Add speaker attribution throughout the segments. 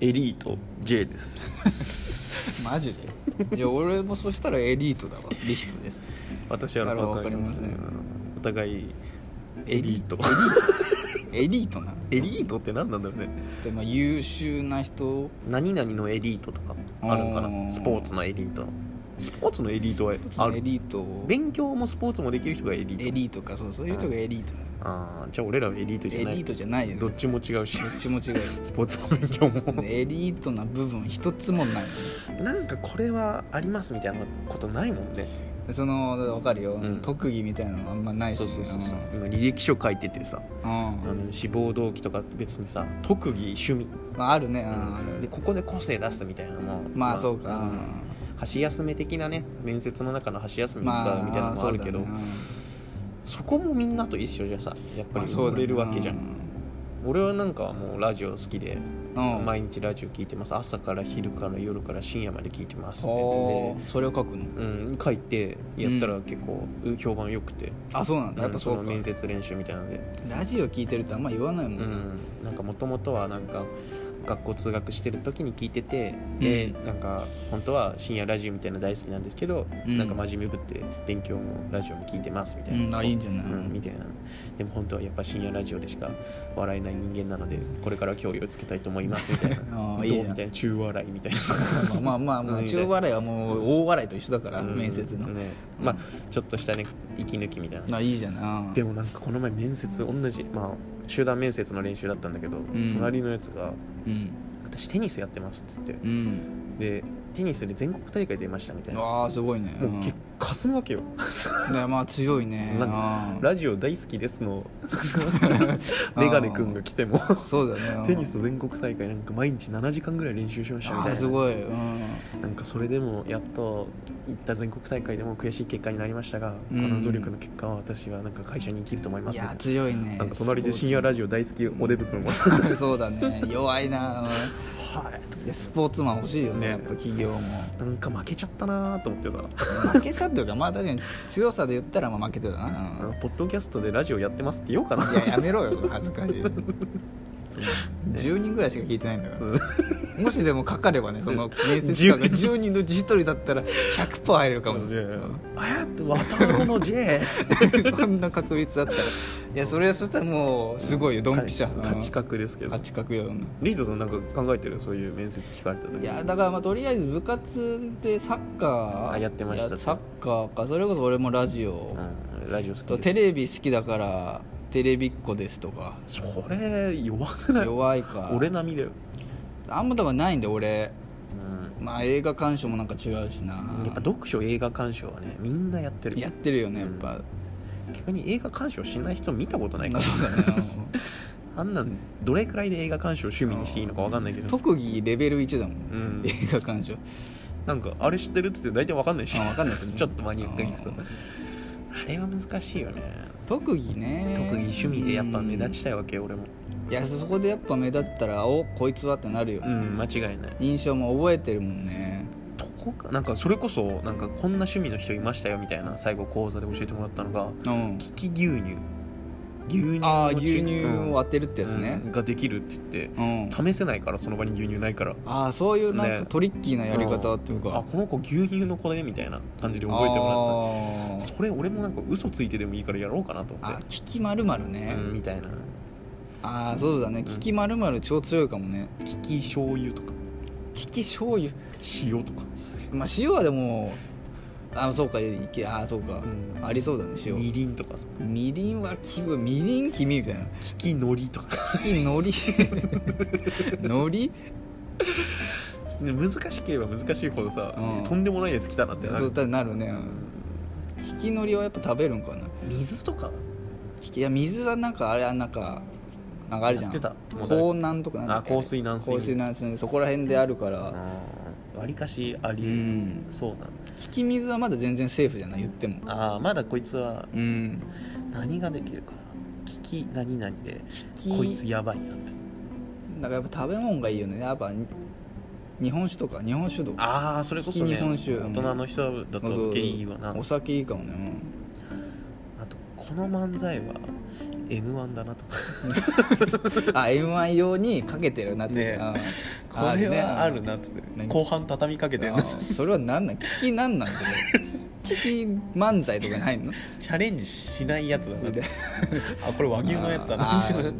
Speaker 1: エリート J です
Speaker 2: マジでいや俺もそしたらエリートだわリストです
Speaker 1: 私は
Speaker 2: なるほど
Speaker 1: わかりますね
Speaker 2: わかりま
Speaker 1: お互いエリート
Speaker 2: エリートな
Speaker 1: エリートって何なんだろうね
Speaker 2: で、まあ、優秀な人
Speaker 1: 何々のエリートとかあるんか
Speaker 2: あー
Speaker 1: なスポーツのエリートスポーツのエリートはあ
Speaker 2: エ
Speaker 1: る
Speaker 2: リートを
Speaker 1: 勉強もスポーツもできる人がエリート
Speaker 2: エリートかそうそういう人がエリート
Speaker 1: ああじゃあ俺らはエリートじ
Speaker 2: エ
Speaker 1: ゃない
Speaker 2: リートじゃないよ
Speaker 1: どっちも違うし
Speaker 2: どっちも違うよ
Speaker 1: スポーツも勉強も
Speaker 2: エリートな部分一つもない
Speaker 1: なんかこれはありますみたいなことないもんね
Speaker 2: その分かるよ、
Speaker 1: うん
Speaker 2: 特技みたいなのあんまないし
Speaker 1: そうそうそうそう今履歴書書いててさ
Speaker 2: うん
Speaker 1: あの志望動機とか別にさ特技趣味
Speaker 2: まあ、あるね、うんある
Speaker 1: でここで個性出すみたいなのも
Speaker 2: まあそうか、
Speaker 1: ん箸休め的なね面接の中の箸休
Speaker 2: う
Speaker 1: め
Speaker 2: ん
Speaker 1: に
Speaker 2: ま
Speaker 1: 使うみたいなのもあるけど、
Speaker 2: そうだね
Speaker 1: そこもみんなと一緒じゃさやっ
Speaker 2: うん
Speaker 1: ぱ
Speaker 2: まあ
Speaker 1: り
Speaker 2: そう
Speaker 1: 売
Speaker 2: だね
Speaker 1: れるわけじゃん、
Speaker 2: う
Speaker 1: 俺はなんかはもうラジオ好きで、
Speaker 2: んうん
Speaker 1: 毎日ラジオ聞いてます朝から昼から夜から深夜まで聞いてますって言
Speaker 2: お
Speaker 1: って
Speaker 2: ーそれを書くの
Speaker 1: て、うん、書いてやったら結構評判良くて、
Speaker 2: あそうなんだ
Speaker 1: な
Speaker 2: やっ
Speaker 1: ん
Speaker 2: ぱ
Speaker 1: か
Speaker 2: そ
Speaker 1: そうの
Speaker 2: か
Speaker 1: 面接練習みたいなので、
Speaker 2: ラジオ聞いてるとあんま言わないもん
Speaker 1: う
Speaker 2: ね、
Speaker 1: ん、なんかもともとはなんか学校通学してる時に聞いててで、
Speaker 2: う
Speaker 1: なんか本当は深夜ラジオみたいなの大好きなんですけど、
Speaker 2: うん
Speaker 1: なんか真面目ぶって勉強もラジオも聞いてますみたいな、
Speaker 2: うんあいいんじゃない
Speaker 1: うんみたいなでも本当はやっぱ深夜ラジオでしか笑えない人間なのでこれから教養をつけたいと思いますみたいな
Speaker 2: あ
Speaker 1: ど
Speaker 2: あ
Speaker 1: う
Speaker 2: いいじゃ
Speaker 1: み
Speaker 2: ん
Speaker 1: たいな中笑いみたいな
Speaker 2: まあまあまあ、まあ、
Speaker 1: うん
Speaker 2: 中笑いはもう大笑いと一緒だから、
Speaker 1: うん
Speaker 2: 面接の、
Speaker 1: ねまあちょっとしたね息抜きみたいな
Speaker 2: あいいじゃない
Speaker 1: で
Speaker 2: も
Speaker 1: もなんかこの前面接同じ、まあ、集団面接の練習だったんだけど、
Speaker 2: ん
Speaker 1: 隣のやつが
Speaker 2: うん
Speaker 1: 「私テニスやってます」っつって
Speaker 2: うん
Speaker 1: でテニスで全国大会出ましたみたいな
Speaker 2: わあすごいね
Speaker 1: もう結かすむわけよ
Speaker 2: うんいやまあ強いね
Speaker 1: なんか
Speaker 2: あー
Speaker 1: ラジオ大好きです のメガネくんが来ても
Speaker 2: そうだねうん
Speaker 1: テニス全国大会なんか毎日7時間ぐらい練習しましたみ
Speaker 2: あ
Speaker 1: たい
Speaker 2: ー
Speaker 1: な
Speaker 2: すごい、うん、
Speaker 1: なんかそれでもやっと行った全国大会でも悔しい結果になりましたが、
Speaker 2: うん
Speaker 1: この努力の結果は私はなんか会社に生きると思いま
Speaker 2: い
Speaker 1: すみた
Speaker 2: や
Speaker 1: いな
Speaker 2: 強いね
Speaker 1: なんか隣で深夜ラジオ大好きおデブくんも
Speaker 2: スポーツ そうだね弱いなう ん
Speaker 1: はい
Speaker 2: いやスポーツマン欲しいよね
Speaker 1: ね
Speaker 2: やっぱ企業も
Speaker 1: なんか負けちゃったなーと思ってさ、
Speaker 2: 負けたっていうかまあ確かに強さで言ったらまあ負けてたな、うん
Speaker 1: ポッドキャストでラジオやってますって言おうかな、
Speaker 2: いややめろよ恥ずかしいその10人ぐらいしか聞いてないんだから、もしでもかかればねその面接官が10人のうち1人だったら100%入れるかも、
Speaker 1: ねあや渡辺の J
Speaker 2: うんそんな確率だったらいやそれはそしたらもうすごいよ ドンピシャ
Speaker 1: 価値格ですけ
Speaker 2: うん
Speaker 1: ど
Speaker 2: 価値観よ
Speaker 1: リードさんなんか考えてるそういう面接聞かれた時
Speaker 2: いやだからまあとりあえず部活でサッカ
Speaker 1: あ
Speaker 2: ー
Speaker 1: やってました
Speaker 2: やサッカーかそれこそ俺もラジオ、
Speaker 1: うん、ラジオ好き
Speaker 2: と
Speaker 1: です
Speaker 2: テレビ好きだからテレビっ子ですとか
Speaker 1: それ弱くない
Speaker 2: 弱いか
Speaker 1: 俺並みだよ、
Speaker 2: あんまだからないんで俺
Speaker 1: う、
Speaker 2: まあ映画鑑賞もなんか違うしなん
Speaker 1: やっぱ読書映画鑑賞はねみんなやってる
Speaker 2: やってるよねやっぱ、
Speaker 1: 逆に映画鑑賞しない人見たことないか
Speaker 2: あ
Speaker 1: ら
Speaker 2: そうだね
Speaker 1: あんなんどれくらいで映画鑑賞を趣味にしていいのか分かんないけ
Speaker 2: うん
Speaker 1: ど、
Speaker 2: 特技レベル1だもん、
Speaker 1: うん
Speaker 2: 映、画鑑賞
Speaker 1: なんかあれ知ってるっつって大体分かんないし
Speaker 2: あ分かんないですね
Speaker 1: ちょっとマニアックにいくと
Speaker 2: うん
Speaker 1: あれは難しいよね
Speaker 2: 特技ね
Speaker 1: 特技趣味でやっぱ目立ち
Speaker 2: ち
Speaker 1: たいわけよ俺も
Speaker 2: いやそこでやっぱ目立ったらおこいつはってなるよ、
Speaker 1: うん間違いない
Speaker 2: 印象も覚えてるもんね
Speaker 1: どこかなんかそれこそなんかこんな趣味の人いましたよみたいな最後講座で教えてもらったのが
Speaker 2: うん
Speaker 1: 利き牛乳牛乳
Speaker 2: ああ
Speaker 1: の
Speaker 2: 牛
Speaker 1: ち
Speaker 2: 乳を当てるってやつね
Speaker 1: うんができるって言
Speaker 2: う
Speaker 1: っ
Speaker 2: ん、
Speaker 1: て試せないからその場に牛乳ないから
Speaker 2: ああそういうなんか
Speaker 1: ね
Speaker 2: トリッキーなやり方っていうか、
Speaker 1: あこの子牛乳の子ねみたいな感じで覚えてもら
Speaker 2: あ
Speaker 1: った
Speaker 2: ー
Speaker 1: それ俺もなんか嘘ついてでもいいからやろうかなと思っ
Speaker 2: あ聞きまるまる
Speaker 1: て、
Speaker 2: ね、
Speaker 1: うん、みたいな
Speaker 2: ああそうだね聞きまるまる超強いかもね
Speaker 1: 利き醤油とか
Speaker 2: 聞き醤油
Speaker 1: 塩とか、
Speaker 2: まあ塩はでもあそうかいけあそうか、ありそうだね塩
Speaker 1: みりんとかさ
Speaker 2: みりんは気分みりん君みたいな
Speaker 1: 利き海苔とか
Speaker 2: 聞きのり のり
Speaker 1: で難しければ難しいほどさ、
Speaker 2: うん
Speaker 1: とんでもないやつ来たなってな
Speaker 2: そう
Speaker 1: る
Speaker 2: だなるね聞きのりはやっぱ食べるんかな
Speaker 1: 水とか
Speaker 2: 聞きいや水はなんかあれあなんかなんかあるじゃん
Speaker 1: やってたもう誰か
Speaker 2: 高南とかなんだっけ
Speaker 1: あ香水軟水
Speaker 2: 香水軟水そこら辺であるから
Speaker 1: わりかしあ
Speaker 2: う
Speaker 1: り
Speaker 2: ん、
Speaker 1: 得る、そうなの
Speaker 2: 聞き水はまだ全然セーフじゃない言っても
Speaker 1: ああまだこいつは
Speaker 2: うん
Speaker 1: 何ができるかな聞き何々で
Speaker 2: 聞き
Speaker 1: こいつやばいなって
Speaker 2: だからやっぱ食べ物がいいよねやっぱに日本酒とか日本酒とか
Speaker 1: ああそれこそ
Speaker 2: 利き
Speaker 1: ね
Speaker 2: 日本酒
Speaker 1: 大人の人だ
Speaker 2: そうそう
Speaker 1: といいわな
Speaker 2: お酒いいかもね、
Speaker 1: あとこの漫才は m 1だなと
Speaker 2: あ m 1用にかけてるなって
Speaker 1: ねえ
Speaker 2: あ
Speaker 1: これはあるなっつって
Speaker 2: 何
Speaker 1: 後半畳みかけてん
Speaker 2: あ
Speaker 1: の
Speaker 2: それは何なん聞き何なんてね聞き漫才とかに入んの
Speaker 1: チャレンジしないやつだ
Speaker 2: そ
Speaker 1: な
Speaker 2: れで
Speaker 1: あこれ 和牛のやつだな
Speaker 2: あー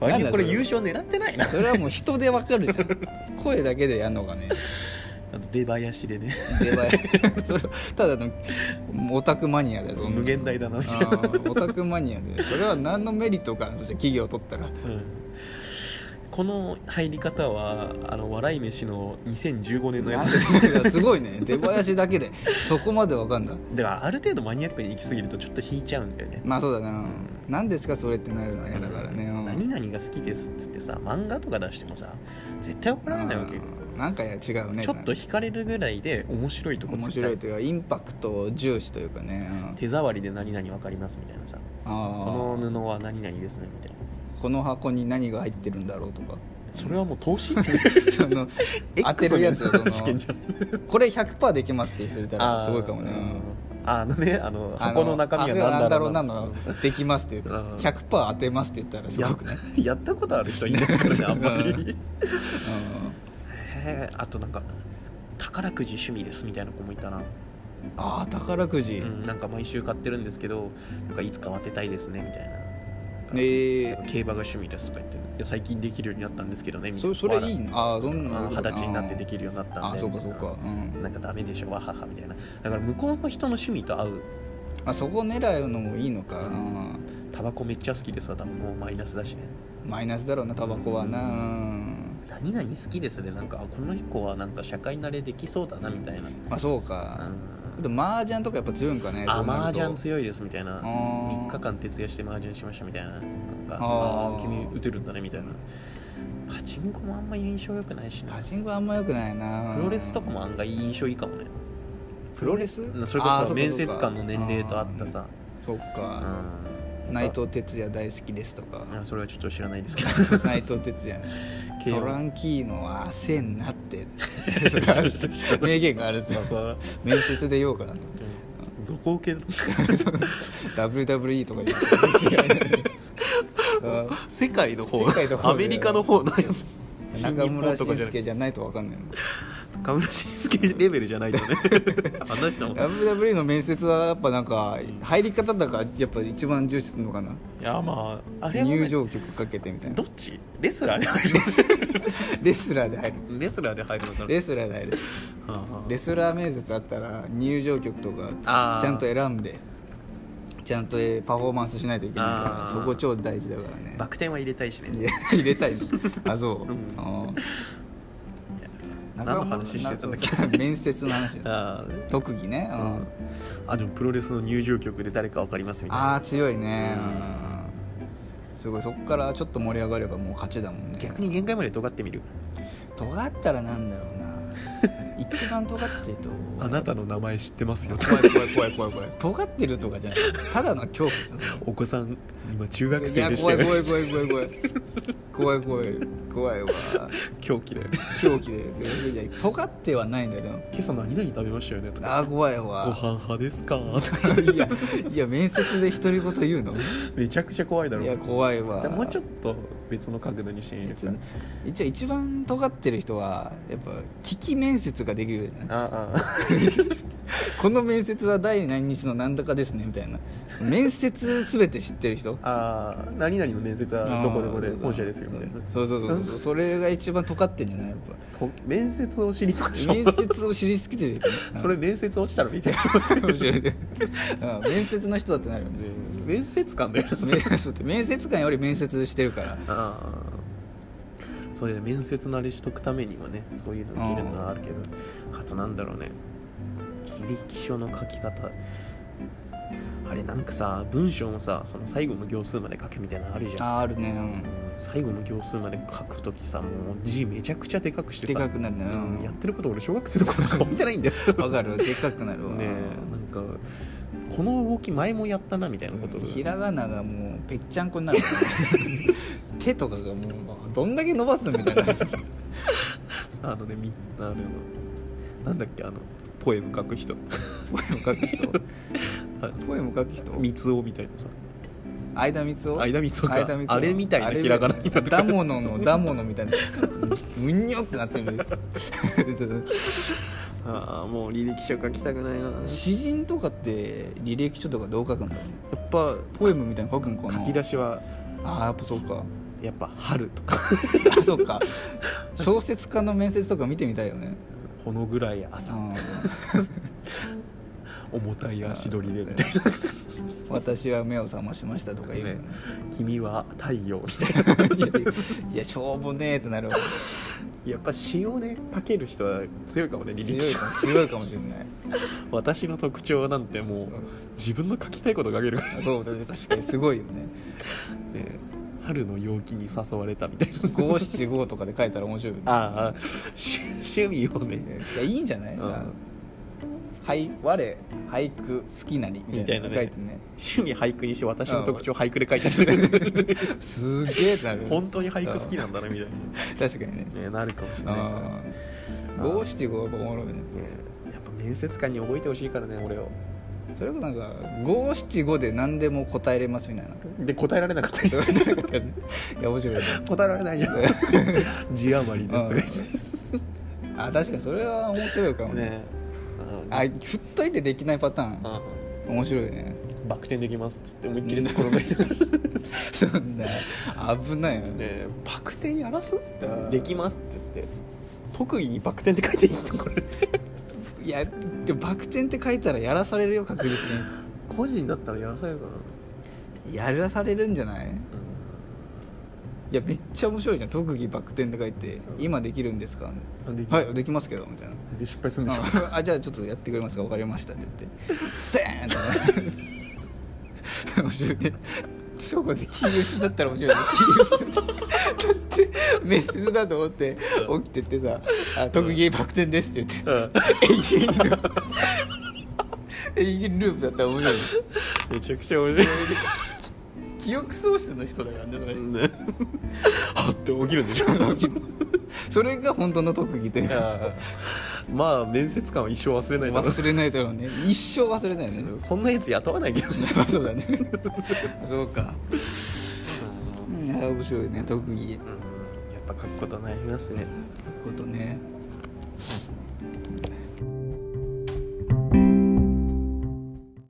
Speaker 1: 和
Speaker 2: なん
Speaker 1: 牛
Speaker 2: だ
Speaker 1: これ
Speaker 2: それ
Speaker 1: 優勝狙ってないな
Speaker 2: それはもう人でわかるじゃん声だけでやんのがね
Speaker 1: あと出囃子でね
Speaker 2: 出前それただのオタクマニアだよそんなの
Speaker 1: 無限大だなみたい
Speaker 2: あーオタクマニアでそれは何のメリットかあるのじゃあ企業取ったら
Speaker 1: うんこの入り方はあの笑い飯の2015年のやつです
Speaker 2: すごいね出囃子だけでそこまでわかんだ
Speaker 1: ではある程度マニアックに行き過ぎるとちょっと引いちゃうんだよね
Speaker 2: まあそうだな何ですかそれってなるのは嫌だからねうん
Speaker 1: 何々が好きですっつってさ漫画とか出してもさ絶対怒られないわけよ
Speaker 2: うんなんか違うね
Speaker 1: ちょっと惹かれるぐらいで面白いとこ
Speaker 2: 面
Speaker 1: つき
Speaker 2: 白
Speaker 1: た
Speaker 2: い
Speaker 1: い
Speaker 2: というかインパクトを重視というかねうん
Speaker 1: 手触りで何々分かりますみたいなさこ
Speaker 2: あ
Speaker 1: の布は何々ですねみたいな
Speaker 2: ーこの箱に何が入ってるんだろう とか
Speaker 1: それはもう投 資
Speaker 2: その当てるやつをその
Speaker 1: 試験じゃん
Speaker 2: これ100%できますって人いたら
Speaker 1: ー
Speaker 2: すごいかもねうん
Speaker 1: あのねあの
Speaker 2: あ
Speaker 1: 箱の中身は
Speaker 2: あ
Speaker 1: 何だろう
Speaker 2: なんだろうなのできますって言うと
Speaker 1: うん
Speaker 2: 100%当てますって言ったらすご
Speaker 1: や
Speaker 2: くね、
Speaker 1: やったことある人いないからねあんま
Speaker 2: うん
Speaker 1: り
Speaker 2: うん
Speaker 1: へーあとなんか宝くじ趣味ですみたいな子もいたな、
Speaker 2: ああ宝くじ、
Speaker 1: うん、なんか毎週買ってるんですけどなんかいつか当てたいですねみたいな
Speaker 2: え
Speaker 1: なんか競馬が趣味ですとか言っていや最近できるようになったんですけどねみたい
Speaker 2: そ
Speaker 1: な
Speaker 2: それいいのああそん
Speaker 1: わ
Speaker 2: な
Speaker 1: らあー
Speaker 2: の
Speaker 1: 二十歳になってで
Speaker 2: き
Speaker 1: きるようになったん
Speaker 2: あ
Speaker 1: で
Speaker 2: そうかそうか、うん、
Speaker 1: なんかダメでしょわははみたいなだから向こうの人の趣味と合う
Speaker 2: あそこ狙うのもいいのか、うん
Speaker 1: タバコめっちゃ好きでさ多分もうマイナスだしね
Speaker 2: マイナスだろうなタバコはな、
Speaker 1: う
Speaker 2: うん
Speaker 1: 何々好きですねなんかあこの子はなんか社会慣れできそうだなみたいな、
Speaker 2: まあそう
Speaker 1: う
Speaker 2: か、
Speaker 1: ん
Speaker 2: あと麻雀とかやっぱ強いんかね
Speaker 1: あ
Speaker 2: そうなると
Speaker 1: 麻雀強いですみたいな
Speaker 2: あー
Speaker 1: 3日間徹夜して麻雀しましたみたいななんか
Speaker 2: あー
Speaker 1: あー君打てるんだねみたいなパチンコもあんまり印象良くないしな
Speaker 2: パチンコあんま良くないな
Speaker 1: プロレスとかも案外印象いいかもね
Speaker 2: プロレス
Speaker 1: うんそれこそ面接官の年齢と合ったさ
Speaker 2: そっ
Speaker 1: うん
Speaker 2: か、内藤哲也大好きですとか
Speaker 1: いやそれはちょっと知らないですけど
Speaker 2: 内藤哲也
Speaker 1: 慶応
Speaker 2: トランキーノは焦んなって それがある名言があるんですよ
Speaker 1: まあそう
Speaker 2: 面接で言おうかなと
Speaker 1: うんどこ 受け
Speaker 2: WWE とか言う
Speaker 1: 世界の方
Speaker 2: 世界の方
Speaker 1: アメリカの方のやつ新
Speaker 2: 中村
Speaker 1: 日本とかじゃなくて
Speaker 2: 俊輔じゃないと分かんないの
Speaker 1: 中村俊輔レベルじゃないとね あの人も
Speaker 2: WWE の面接はやっぱなんか入り方だからやっぱ一番重視するのかない
Speaker 1: やまああれはね
Speaker 2: 入場曲かけてみたいな
Speaker 1: どっちレスラーで入る
Speaker 2: レスラーで入る
Speaker 1: レスラーで入るのかな
Speaker 2: レスラーで入る
Speaker 1: はあはあ
Speaker 2: レスラー面接あったら入場曲と
Speaker 1: あー
Speaker 2: かちゃんと選んでちゃんとえーパフォーマンスしないといけないか
Speaker 1: あ
Speaker 2: ら
Speaker 1: ー
Speaker 2: そこ超大事だからね
Speaker 1: バク転は入れたいしね
Speaker 2: いや入れたいのあそううんあー
Speaker 1: 何の話してたんだっけ
Speaker 2: 面接の話
Speaker 1: あ
Speaker 2: 特技ね、う
Speaker 1: あ
Speaker 2: ん
Speaker 1: あでもプロレスの入場曲で誰か分かりますみたい
Speaker 2: あ
Speaker 1: な
Speaker 2: あ強いね、うんすごいそこからちょっと盛り上がればもう勝ちだもんね
Speaker 1: 逆に限界まで尖ってみる
Speaker 2: 尖ったらなんだろう な一番尖ってると
Speaker 1: あなたの名前知ってますよ
Speaker 2: 怖い怖い怖い怖い怖い尖ってるとかじゃないただの恐怖
Speaker 1: お子さん今中学
Speaker 2: い
Speaker 1: 生
Speaker 2: や
Speaker 1: でし
Speaker 2: 怖
Speaker 1: た
Speaker 2: い
Speaker 1: よ
Speaker 2: 怖い怖い怖い怖い怖い怖い怖いわ
Speaker 1: 狂気だよね
Speaker 2: 狂気でいや尖ってはないんだけど
Speaker 1: 今朝何々食べましたよねとか
Speaker 2: あー怖い
Speaker 1: ご
Speaker 2: わ
Speaker 1: 飯派ですかとか
Speaker 2: いやいや面接で独り言言うの
Speaker 1: めちゃくちゃ怖いだろ
Speaker 2: いや怖い
Speaker 1: じ
Speaker 2: わ
Speaker 1: ゃあもうちょっと別の角度にしてみるか
Speaker 2: 一応一番尖ってる人はやっぱ危機面接ができるよね
Speaker 1: ああ
Speaker 2: この面接は第何日のなんだかですねみたいな面接すべて知ってる人
Speaker 1: ああ何々の面接はどこどこで本社ですよみたいな
Speaker 2: そうそうそうそうそれが一番尖ってんじゃないやっ ぱ
Speaker 1: と面接を知り尽くし
Speaker 2: 面接を知り尽くしてる人ね
Speaker 1: それ面接落ちたらめちゃくちゃ面白い
Speaker 2: 面白いねうん面接の人だってなるよね
Speaker 1: 面接官だよね それ
Speaker 2: 面接って面接官より面接してるから
Speaker 1: ああそれで面接慣れしとくためにはねそういうの受けるのはあるけどあとなんだろうね履歴書の書き方あれなんかさ文章もさその最後の行数まで書けみたいなのあるじゃん
Speaker 2: ああるねうん
Speaker 1: 最後の行数まで書くときさもう字めちゃくちゃでかくして
Speaker 2: で
Speaker 1: さ
Speaker 2: かくなるねう
Speaker 1: うんやっ
Speaker 2: ん
Speaker 1: てること俺小学生の頃とか見てないんだよ
Speaker 2: わかるでかくなるわ
Speaker 1: ねえなんかこの動き前もやったなみたいなこと
Speaker 2: う
Speaker 1: が
Speaker 2: んひらがながもうぺっちゃんこになるか らね手とかがもうどんだけ伸ばすのみたいな
Speaker 1: あのねみあのなんだっけあのポエム書く人
Speaker 2: ポエム書く人
Speaker 1: あの
Speaker 2: ポエム書く人
Speaker 1: 三つおみたいなさ
Speaker 2: 相田光
Speaker 1: 相
Speaker 2: 夫
Speaker 1: 田光夫か
Speaker 2: 相田光夫
Speaker 1: あれみたいなひらがなになる
Speaker 2: ダモノのダモノみたいなむに ょってなってる
Speaker 1: ああもう履歴書書きたくないなや
Speaker 2: 詩人とかって履歴書とかどう書くんだろう
Speaker 1: っぱ
Speaker 2: ポエムみたいに書くんかな
Speaker 1: 書き出しは
Speaker 2: ああやっぱそうか
Speaker 1: やっぱ春とか
Speaker 2: あそうか小説家の面接とか見てみたいよね
Speaker 1: このぐらい朝
Speaker 2: うん
Speaker 1: 重たい足取りでみたいな
Speaker 2: 私は目を覚ましましたとか言うよね
Speaker 1: ね君は太陽みたい
Speaker 2: いやしょうもねえってなるわ
Speaker 1: なやっぱ詩をね書ける人は強いかもね履
Speaker 2: 強
Speaker 1: 歴
Speaker 2: い
Speaker 1: 書
Speaker 2: かも強いかもしれない
Speaker 1: 私の特徴なんてもう自分の書きたいこと書けるから
Speaker 2: そうだね確かにすごいよね
Speaker 1: ね春の陽気に誘われたみたいな
Speaker 2: 五七五とかで書いたら面白いよね
Speaker 1: ああ趣趣味をね
Speaker 2: いやいいんじゃない、
Speaker 1: うん
Speaker 2: はい我俳句好きなりみたいなの
Speaker 1: みた
Speaker 2: 書
Speaker 1: いな
Speaker 2: い
Speaker 1: ね
Speaker 2: てね
Speaker 1: 趣味俳句にして私の特徴俳句で書いてある
Speaker 2: すげえなる
Speaker 1: 本当に俳句好きなんだなみたい
Speaker 2: 確かにね
Speaker 1: な、ね、なるかもしれないからね
Speaker 2: ああ五七五はやっぱおもろいね
Speaker 1: やっぱ面接官に覚えてほしいからね俺を
Speaker 2: それこそなんか五七五で何でも答えれます みたいな
Speaker 1: で答えられなかったり
Speaker 2: いや面白いね
Speaker 1: 答えられないじゃん 字余りですとか言って
Speaker 2: あ確かにそれは面白いかもね
Speaker 1: ねうん
Speaker 2: あ振っといてできないパターン
Speaker 1: う
Speaker 2: 面白いね
Speaker 1: んバク転できますっつって思いっきり転んだ りとかね
Speaker 2: そんな危ないよね
Speaker 1: えバク転やらすって
Speaker 2: うん
Speaker 1: できますっつって特技にバク転って書いていいのこれって
Speaker 2: いやでもバク転って書いたらやらされるよ確実
Speaker 1: 個人だったらやらされるかな
Speaker 2: にやらされるんじゃないいやめっちゃ面白いじゃん特技バク転って書いて「今できるんですか?」
Speaker 1: あできる
Speaker 2: はいできますけど」みたいな
Speaker 1: で失敗するんでしょ
Speaker 2: 「ああじゃあちょっとやってくれますか分かりました」って言って「せーン!」って面白いねそこで切り打ちだったら面白いね切り打ちだって面接だと思って起きてってさ「あ特技バク転です」って言って
Speaker 1: うん
Speaker 2: 永遠にループ永遠にループだったら面白いね
Speaker 1: めちゃくちゃ面白い
Speaker 2: 記憶喪失の人だからねそれ
Speaker 1: ね あって起きるんでしょ
Speaker 2: それが本当の特技というか
Speaker 1: まあ面接官は一生忘れないだろう
Speaker 2: 忘れないだろうね一生忘れないよね
Speaker 1: そんなやつ雇わないけどね
Speaker 2: まあそうだねそうかうんあ面白いね特技
Speaker 1: うんやっぱ書くことは悩みますね
Speaker 2: ことね